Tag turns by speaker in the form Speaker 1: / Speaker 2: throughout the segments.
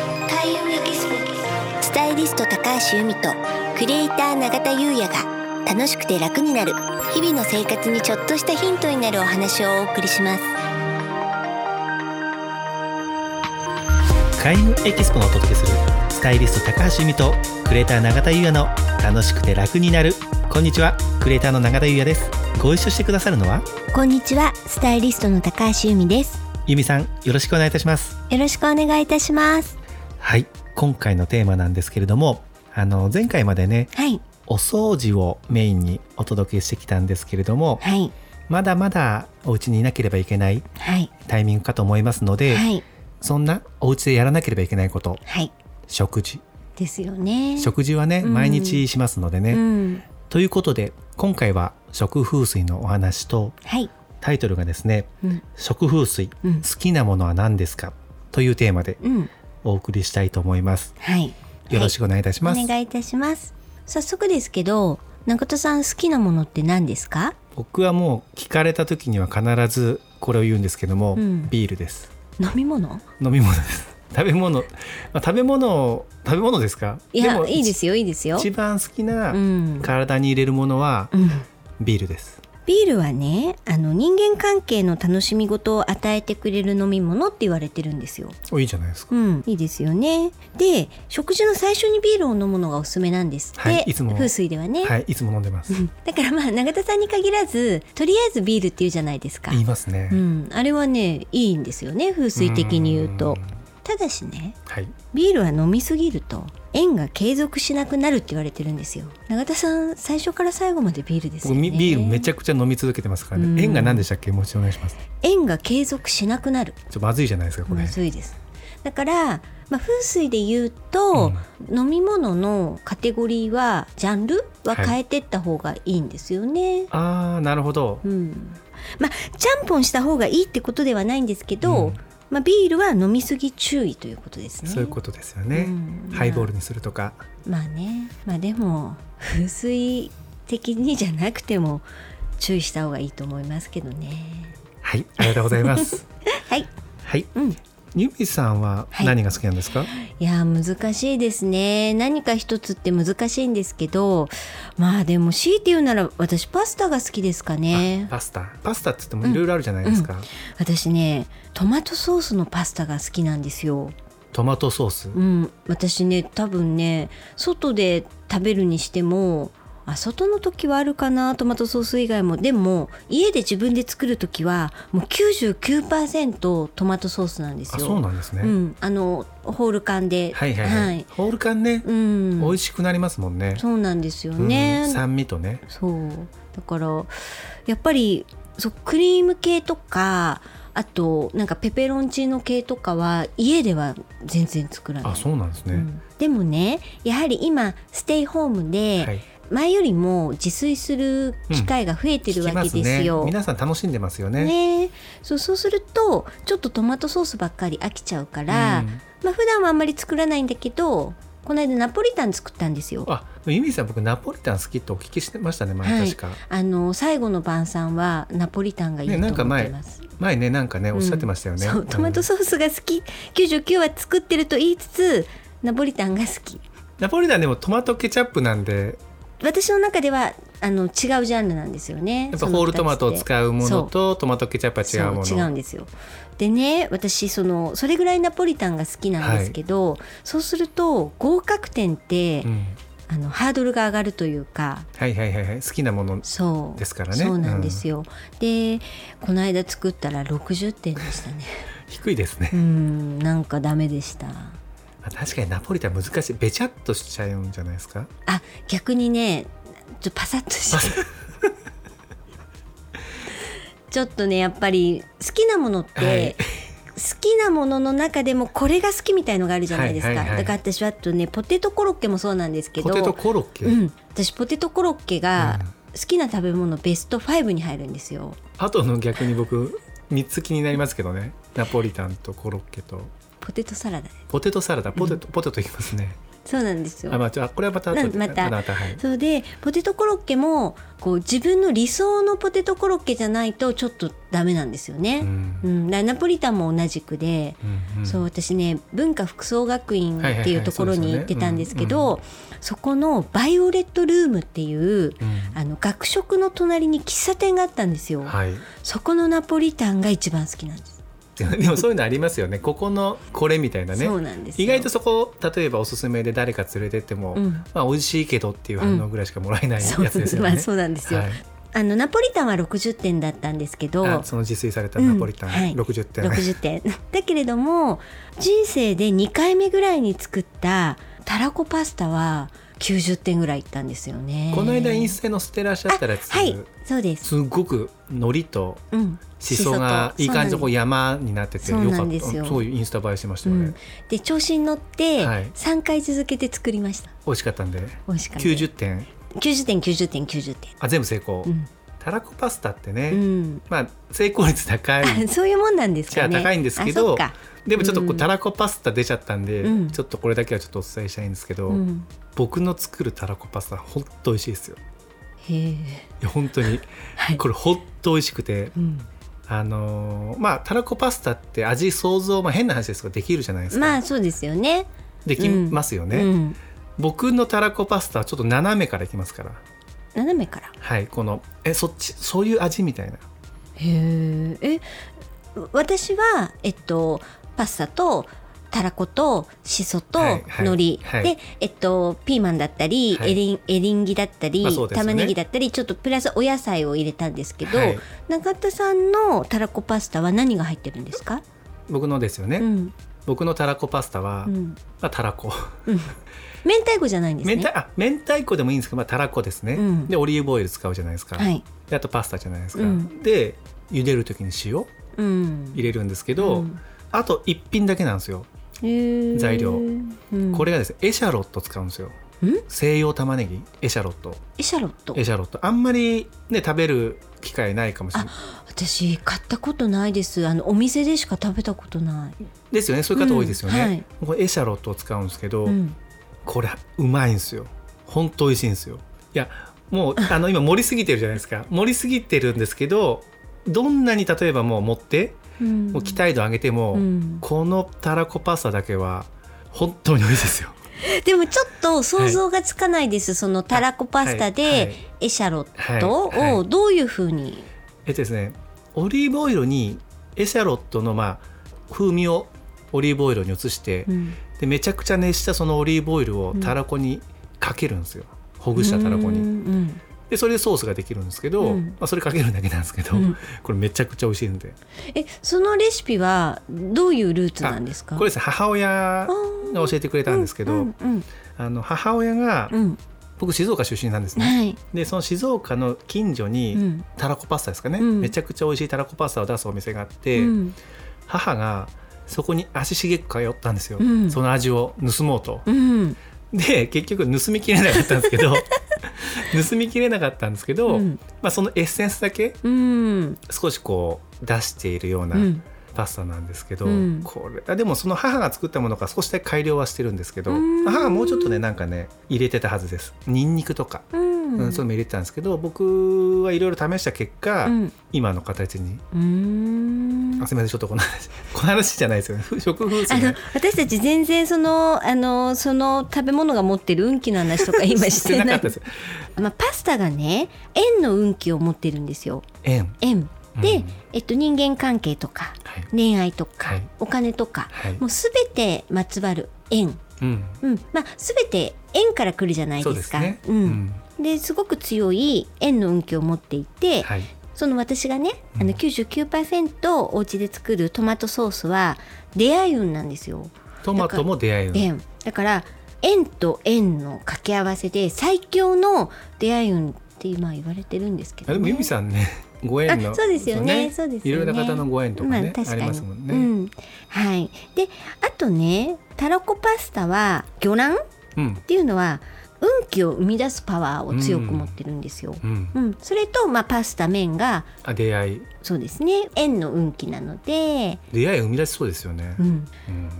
Speaker 1: 上キススタイリスト高橋由美とクリエイター永田優也が楽しくて楽になる日々の生活にちょっとしたヒントになるお話をお送りします
Speaker 2: 開運エキスポのお届けするスタイリスト高橋由美とクレーター永田優也の楽しくて楽になるこんにちはクレーターの永田優也ですご一緒してくださるのは
Speaker 1: こんにちはスタイリストの高橋由美です
Speaker 2: 由美さんよろしくお願いいたします
Speaker 1: よろしくお願いいたします
Speaker 2: はい今回のテーマなんですけれどもあの前回までね
Speaker 1: はい
Speaker 2: お掃除をメインにお届けしてきたんですけれども
Speaker 1: はい
Speaker 2: まだまだお家にいなければいけない
Speaker 1: はい
Speaker 2: タイミングかと思いますので、
Speaker 1: はい
Speaker 2: そんなお家でやらなければいけないこと
Speaker 1: はい
Speaker 2: 食事
Speaker 1: ですよね
Speaker 2: 食事はね
Speaker 1: うん
Speaker 2: 毎日しますのでね、
Speaker 1: うん
Speaker 2: ということで今回は食風水のお話と
Speaker 1: はい
Speaker 2: タイトルがですね
Speaker 1: うん
Speaker 2: 「食風水好
Speaker 1: うん
Speaker 2: きなものは何ですか?」というテーマで
Speaker 1: うん
Speaker 2: お送りしたいと思います
Speaker 1: はい
Speaker 2: よろし
Speaker 1: く
Speaker 2: くお願いいたします、
Speaker 1: お願いいたします早速ですけど中田さん好きなものって何ですか
Speaker 2: 僕はもう聞かれた時には必ずこれを言うんですけども、
Speaker 1: うん
Speaker 2: ビールです
Speaker 1: 飲み物
Speaker 2: 飲み物です 食べ物、まあ、食べ物食べ物ですか
Speaker 1: い
Speaker 2: で
Speaker 1: や
Speaker 2: も
Speaker 1: いいですよいいですよ
Speaker 2: 一番好きな
Speaker 1: うん
Speaker 2: 体に入れるものは
Speaker 1: うん
Speaker 2: ビールです、
Speaker 1: ビールはねあの人間関係の楽しみ事を与えてくれる飲み物って言われてるんですよ。
Speaker 2: おいいじゃないですか
Speaker 1: うん、いいですよね。で食事の最初にビールを飲むのがおすすめなんですって、
Speaker 2: はいいつも
Speaker 1: 風水ではね。
Speaker 2: はいいつも飲んでま
Speaker 1: う
Speaker 2: す
Speaker 1: ん だからまあ永田さんに限らずとりあえずビールって言うじゃないですか。
Speaker 2: 言いますね、
Speaker 1: うん、あれはねいいんですよね風水的に言うと。ただしね
Speaker 2: はい
Speaker 1: ビールは飲みすぎると縁が継続しなくなるって言われてるんですよ永田さん最初から最後までビールですよ
Speaker 2: 僕
Speaker 1: ね
Speaker 2: みビールめちゃくちゃ飲み続けてますから
Speaker 1: うん
Speaker 2: ね円が何でしたっけもう一度お願いしますちょ
Speaker 1: 縁が継続しなくなる
Speaker 2: っとまずいじゃないですかこれ、
Speaker 1: むずいですだから、まあ、風水で言うと、飲み物のカテゴリーはジャンルは
Speaker 2: はい
Speaker 1: 変えてった方がいいんですよね、
Speaker 2: ああなるほど
Speaker 1: うんまあちゃんぽんした方がいいってことではないんですけど、
Speaker 2: うん
Speaker 1: まあ、ビールは飲みすぎ注意ということですね
Speaker 2: そういうことですよね、
Speaker 1: うん
Speaker 2: ハイボールにするとか
Speaker 1: まあねまあでも風水的にじゃなくても注意した方がいいと思いますけどね
Speaker 2: はいありがとうございます
Speaker 1: はい
Speaker 2: はい
Speaker 1: うん
Speaker 2: ゆみさんは
Speaker 1: はい
Speaker 2: 何が好きなんですか、
Speaker 1: いやー難しいですね何か一つって難しいんですけどまあでも強いて言うなら私パスタが好きですかね
Speaker 2: パスタパスタっつってもいろいろあるじゃないですか、
Speaker 1: 私ねトマトソースのパスタが好きなんですよ
Speaker 2: トマトソース、
Speaker 1: うん私ね多分ね外で食べるにしてもあ外の時はあるかなトマトソース以外もでも家で自分で作る時はもう99%トマトソースなんですよ
Speaker 2: あそうなんですね、
Speaker 1: うん、あのホール缶で
Speaker 2: はいはいはい、
Speaker 1: はい
Speaker 2: ホール缶ね、
Speaker 1: うん
Speaker 2: 美味しくなりますもんね
Speaker 1: そうなんですよね。
Speaker 2: うん酸味とね
Speaker 1: そうだからやっぱりそうクリーム系とかあとなんかペペロンチーノ系とかは家では全然作らない。
Speaker 2: あそうなんですね、
Speaker 1: うんでもねやはり今ステイホーム
Speaker 2: は
Speaker 1: で
Speaker 2: い
Speaker 1: 前よりも自炊する機会が増えてるわけ
Speaker 2: 聞き
Speaker 1: ですよ。
Speaker 2: 皆さん楽しんでますよね
Speaker 1: ねそうそうするとちょっとトマトソースばっかり飽きちゃうから、
Speaker 2: うん
Speaker 1: まあ普段はあんまり作らないんだけどこの間ナポリタン作ったんですよ。
Speaker 2: あ、ゆみさん僕ナポリタン好きってお聞きしてましたね前
Speaker 1: はい
Speaker 2: 確か、
Speaker 1: あの最後の晩餐はナポリタンがいいと思
Speaker 2: ねな
Speaker 1: っ
Speaker 2: んか前
Speaker 1: てます。
Speaker 2: 前ねなんかねおっしゃってましたよね、
Speaker 1: そうトマト
Speaker 2: ス
Speaker 1: ソースが好き、99は作ってると言いつつナポリタンが好き。
Speaker 2: ナポリタンでもトマトケチャップなんで
Speaker 1: 私の中ではあの違うジャンルなんですよね。
Speaker 2: やっぱホールトマトを
Speaker 1: う
Speaker 2: 使うものとトマトケチャップは違うもの
Speaker 1: そう違うんですよ。でね私そのそれぐらいナポリタンが好きなんですけど、そうすると合格点って、
Speaker 2: うん
Speaker 1: あのハードルが上がるというか
Speaker 2: はいはいはいはい好きなもの
Speaker 1: そう
Speaker 2: ですからね
Speaker 1: そうなんですよ。でこの間作ったら60点でしたね。
Speaker 2: 低いですね、
Speaker 1: うん、なんかダメでした。
Speaker 2: あ確かにナポリタン難しいべちゃっとしちゃうんじゃないですか
Speaker 1: あ、逆にね、ちょっとパサッと して。ちょっとね、やっぱり好きなものって、
Speaker 2: はい
Speaker 1: 好きなものの中でもこれが好きみたいのがあるじゃないですか。
Speaker 2: はいはいはい
Speaker 1: だから私はあとね、ポテトコロッケもそうなんですけど、
Speaker 2: ポテトコロッケ、
Speaker 1: うん、私ポテトコロッケが
Speaker 2: うん
Speaker 1: 好きな食べ物ベスト5に入るんですよ。
Speaker 2: あとの逆に僕3つ気になりますけどねナポリタンとコロッケと
Speaker 1: ポテトサラダで
Speaker 2: ポテトサラダポテト、ポテトいきますね
Speaker 1: そうなんですよ
Speaker 2: あ、まあ、ちょあこれはまた後で
Speaker 1: うんまた
Speaker 2: 後はい
Speaker 1: それでポテトコロッケもこう自分の理想のポテトコロッケじゃないとちょっとダメなんですよ
Speaker 2: う
Speaker 1: ね。
Speaker 2: ん
Speaker 1: うん、だからナポリタンも同じくで、
Speaker 2: うんん
Speaker 1: そう私ね文化服装学院っていうところに行ってたんですけどそこのバイオレットルームっていう
Speaker 2: うん
Speaker 1: あの学食の隣に喫茶店があったんですよ。
Speaker 2: はい
Speaker 1: そこのナポリタンが一番好きなんです。
Speaker 2: でもそういうのありますよねここのこれみたいなね
Speaker 1: そうなんですよ
Speaker 2: 意外とそこ例えばおすすめで誰か連れてっても、
Speaker 1: うん
Speaker 2: まあ美味しいけどっていう反応ぐらいしかもらえないや
Speaker 1: そう
Speaker 2: つですよ ね。
Speaker 1: まあそうなんですよ。
Speaker 2: はい
Speaker 1: あのナポリタンは60点だったんですけど、
Speaker 2: あその自炊されたナポリタン、
Speaker 1: うんはい
Speaker 2: 60点
Speaker 1: 60点 だけれども人生で2回目ぐらいに作ったたらこパスタは90点ぐらいいったんですよね
Speaker 2: この間インスタのステラしちゃったやつ、
Speaker 1: あはいそうです、
Speaker 2: すっごく海苔と
Speaker 1: うん、
Speaker 2: しそがいい感じのこう
Speaker 1: う
Speaker 2: 山になってて
Speaker 1: そう
Speaker 2: よ
Speaker 1: な
Speaker 2: かっ
Speaker 1: んで
Speaker 2: た
Speaker 1: すよ
Speaker 2: そういうインスタ映えしてました
Speaker 1: う
Speaker 2: よね、
Speaker 1: ん、で調子に乗って
Speaker 2: はい
Speaker 1: 3回続けて作りました
Speaker 2: 美味しかったんで
Speaker 1: 美味しかった
Speaker 2: 90点
Speaker 1: 90点90点90点
Speaker 2: あ全部成功、
Speaker 1: うん
Speaker 2: たらこパスタってね、
Speaker 1: うん
Speaker 2: まあ成功率高い
Speaker 1: あ そういうもんなんですかね
Speaker 2: じゃあ高いんですけど
Speaker 1: あそっか
Speaker 2: でもちょっとこ
Speaker 1: う
Speaker 2: うんたらこパスタ出ちゃったんで、
Speaker 1: うん
Speaker 2: ちょっとこれだけはちょっとお伝えしたいんですけど、
Speaker 1: うん、
Speaker 2: 僕の作るたらこパスタほんと美味しいですよ
Speaker 1: へえ
Speaker 2: いや本当に
Speaker 1: はい
Speaker 2: これほんと美味しくて
Speaker 1: うん
Speaker 2: あのーまあたらこパスタって味想像、まあ、変な話ですけどできるじゃないですか、
Speaker 1: まあそうですよね
Speaker 2: できますよね、
Speaker 1: うん、
Speaker 2: 僕のたらこパスタはちょっと斜めからいきますから
Speaker 1: 斜めから
Speaker 2: はいこのえそっちそういう味みたいな
Speaker 1: へええ私はえっとパスタとたらことしそと
Speaker 2: はいはい
Speaker 1: 海苔、
Speaker 2: はい
Speaker 1: で、えっと、ピーマンだったり、
Speaker 2: はい
Speaker 1: エリンエリンギだったり、
Speaker 2: まあそうですよね
Speaker 1: 玉ねぎだったりちょっとプラスお野菜を入れたんですけど、
Speaker 2: はい
Speaker 1: 中田さんのたらこパスタは何が入ってるんですか、
Speaker 2: 僕のですよね、
Speaker 1: うん
Speaker 2: 僕のたらこパスタは、
Speaker 1: うん
Speaker 2: まあ、たらこ
Speaker 1: うん、明太子じゃないんですね
Speaker 2: 明太あ明太子でもいいんですけど、まあ、たらこですね、
Speaker 1: うん
Speaker 2: でオリーブオイル使うじゃないですか、
Speaker 1: はい、
Speaker 2: であとパスタじゃないですか、
Speaker 1: うん
Speaker 2: で茹でる時に塩
Speaker 1: うん、
Speaker 2: 入れるんですけど、
Speaker 1: うん
Speaker 2: あと一品だけなんですよ
Speaker 1: へー
Speaker 2: 材料
Speaker 1: うん
Speaker 2: これがですねエシャロット使うんですよ西洋玉ねぎエシャロット
Speaker 1: エシャロット
Speaker 2: エシャロットあんまりね食べる機会ないかもしれない
Speaker 1: 私買ったことないですあのお店でしか食べたことない
Speaker 2: ですよねそういう方多いですよね、
Speaker 1: うんはい
Speaker 2: これエシャロットを使うんですけど、
Speaker 1: うん
Speaker 2: これうまいんですよ本当美味しいんですよいやもう あの今盛りすぎてるじゃないですか盛りすぎてるんですけどどんなに例えばもう持って
Speaker 1: うん
Speaker 2: もう期待度上げても、
Speaker 1: うん
Speaker 2: このたらこパスタだけは本当に美味しいですよ
Speaker 1: でもちょっと想像がつかないです、そのたらこ パスタ
Speaker 2: はいはい
Speaker 1: でエシャロッ
Speaker 2: はい
Speaker 1: ト
Speaker 2: は
Speaker 1: を
Speaker 2: い
Speaker 1: どういうふうに、
Speaker 2: えっとですねオリーブオイルにエシャロットのまあ風味をオリーブオイルに移して、
Speaker 1: うん
Speaker 2: でめちゃくちゃ熱したそのオリーブオイルをたらこにかけるんですよ、ほぐしたたらこ
Speaker 1: う
Speaker 2: に
Speaker 1: ん
Speaker 2: でそれでソースができるんですけど、
Speaker 1: うん
Speaker 2: まあ、それかけるだけなんですけど、
Speaker 1: うん
Speaker 2: これめちゃくちゃ美味しいんで
Speaker 1: えそのレシピはどういうルーツなんですか
Speaker 2: これですね母親が教えてくれたんですけど、
Speaker 1: うんうん
Speaker 2: あの母親が、
Speaker 1: うん
Speaker 2: 僕静岡出身なんです
Speaker 1: うん
Speaker 2: ね
Speaker 1: はい、
Speaker 2: でその静岡の近所
Speaker 1: う
Speaker 2: に
Speaker 1: ん
Speaker 2: たらこパスタですかね、
Speaker 1: うん
Speaker 2: めちゃくちゃ美味しいたらこパスタを出すお店があって、
Speaker 1: うん
Speaker 2: 母がそこに足しげく通ったんですよ、
Speaker 1: うん
Speaker 2: その味を盗もうと、
Speaker 1: うん
Speaker 2: で結局盗みきれなかったんです けど盗みきれなかったんですけど、
Speaker 1: うん
Speaker 2: まあ、そのエッセンスだけ
Speaker 1: うん
Speaker 2: 少しこう出しているような
Speaker 1: うん
Speaker 2: パスタなんですけど、
Speaker 1: うん
Speaker 2: これあでもその母が作ったものから少しだけ改良はしてるんですけど
Speaker 1: うん
Speaker 2: 母はもうちょっとねなんかね入れてたはずですニンニクとか、
Speaker 1: うん
Speaker 2: うんそういうのも入れてたんですけど僕はいろいろ試した結果、
Speaker 1: うん
Speaker 2: 今の形に
Speaker 1: うん
Speaker 2: あすみませんちょっとこの話 この話じゃないですよね食風です
Speaker 1: あ
Speaker 2: よ
Speaker 1: の
Speaker 2: ね
Speaker 1: 私たち全然そのあのその食べ物が持ってる運気の話とか今し
Speaker 2: してて
Speaker 1: な
Speaker 2: なか
Speaker 1: い
Speaker 2: ったですよ
Speaker 1: まあ、パスタがね円の運気を持ってるんですよ
Speaker 2: 円
Speaker 1: 円で、
Speaker 2: うん
Speaker 1: えっと、人間関係とか
Speaker 2: はい
Speaker 1: 恋愛とか、
Speaker 2: はい
Speaker 1: お金とか、
Speaker 2: はい
Speaker 1: もうすべてまつわる円、
Speaker 2: うん
Speaker 1: うんまあ、すべて円から来るじゃない
Speaker 2: そう
Speaker 1: で
Speaker 2: ですす
Speaker 1: か
Speaker 2: ね、
Speaker 1: うんですごく強い円の運気を持っていて、
Speaker 2: はい
Speaker 1: その私がねあ
Speaker 2: うん
Speaker 1: の99%お家で作るトマトソースは出会い運なんですよ。
Speaker 2: トマトも出会い運
Speaker 1: 円だから円と円の掛け合わせで最強の出会い運って今言われてるんですけど、ね、
Speaker 2: あでも由美さんねご縁の
Speaker 1: あそうですよねそうです
Speaker 2: い
Speaker 1: よ
Speaker 2: ろ
Speaker 1: ね
Speaker 2: いろな方のご縁とかね、ありますもんね、
Speaker 1: うん、はいであとねたらこパスタは魚卵っ
Speaker 2: うん
Speaker 1: ていうのは運気を生み出すパワーを強く持ってるんですよ、
Speaker 2: うん
Speaker 1: うんそれと、まあ、パスタ麺が
Speaker 2: あ出会い
Speaker 1: そうですね円の運気なので、
Speaker 2: 出会いを生み出しそうですよね
Speaker 1: う、ん、
Speaker 2: うん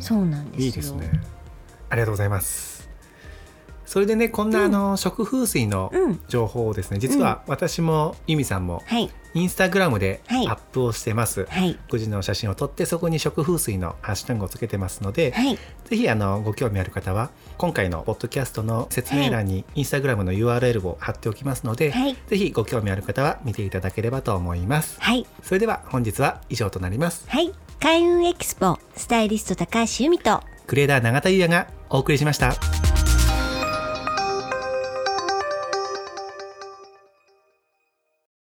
Speaker 1: そうなんですよ
Speaker 2: いいですねありがとうございますそれでねこんなあの食風水の
Speaker 1: うん
Speaker 2: 情報をですね実は私も由美さんも
Speaker 1: はい
Speaker 2: インスタグラムでア
Speaker 1: はい
Speaker 2: ップをしてます。
Speaker 1: はい
Speaker 2: ご自身の写真を撮ってそこに食風水のハッシュタグをつけてますので、
Speaker 1: はい
Speaker 2: ぜひあのご興味ある方は今回のポッドキャストの説明欄にインスタグラムの URL を貼っておきますので、
Speaker 1: はい
Speaker 2: ぜひご興味ある方は見ていただければと思います。
Speaker 1: はい
Speaker 2: それでは本日は以上となります。
Speaker 1: はい開運エキスポスタイリスト高橋由美と
Speaker 2: クレーダー永田優也がお送りしました。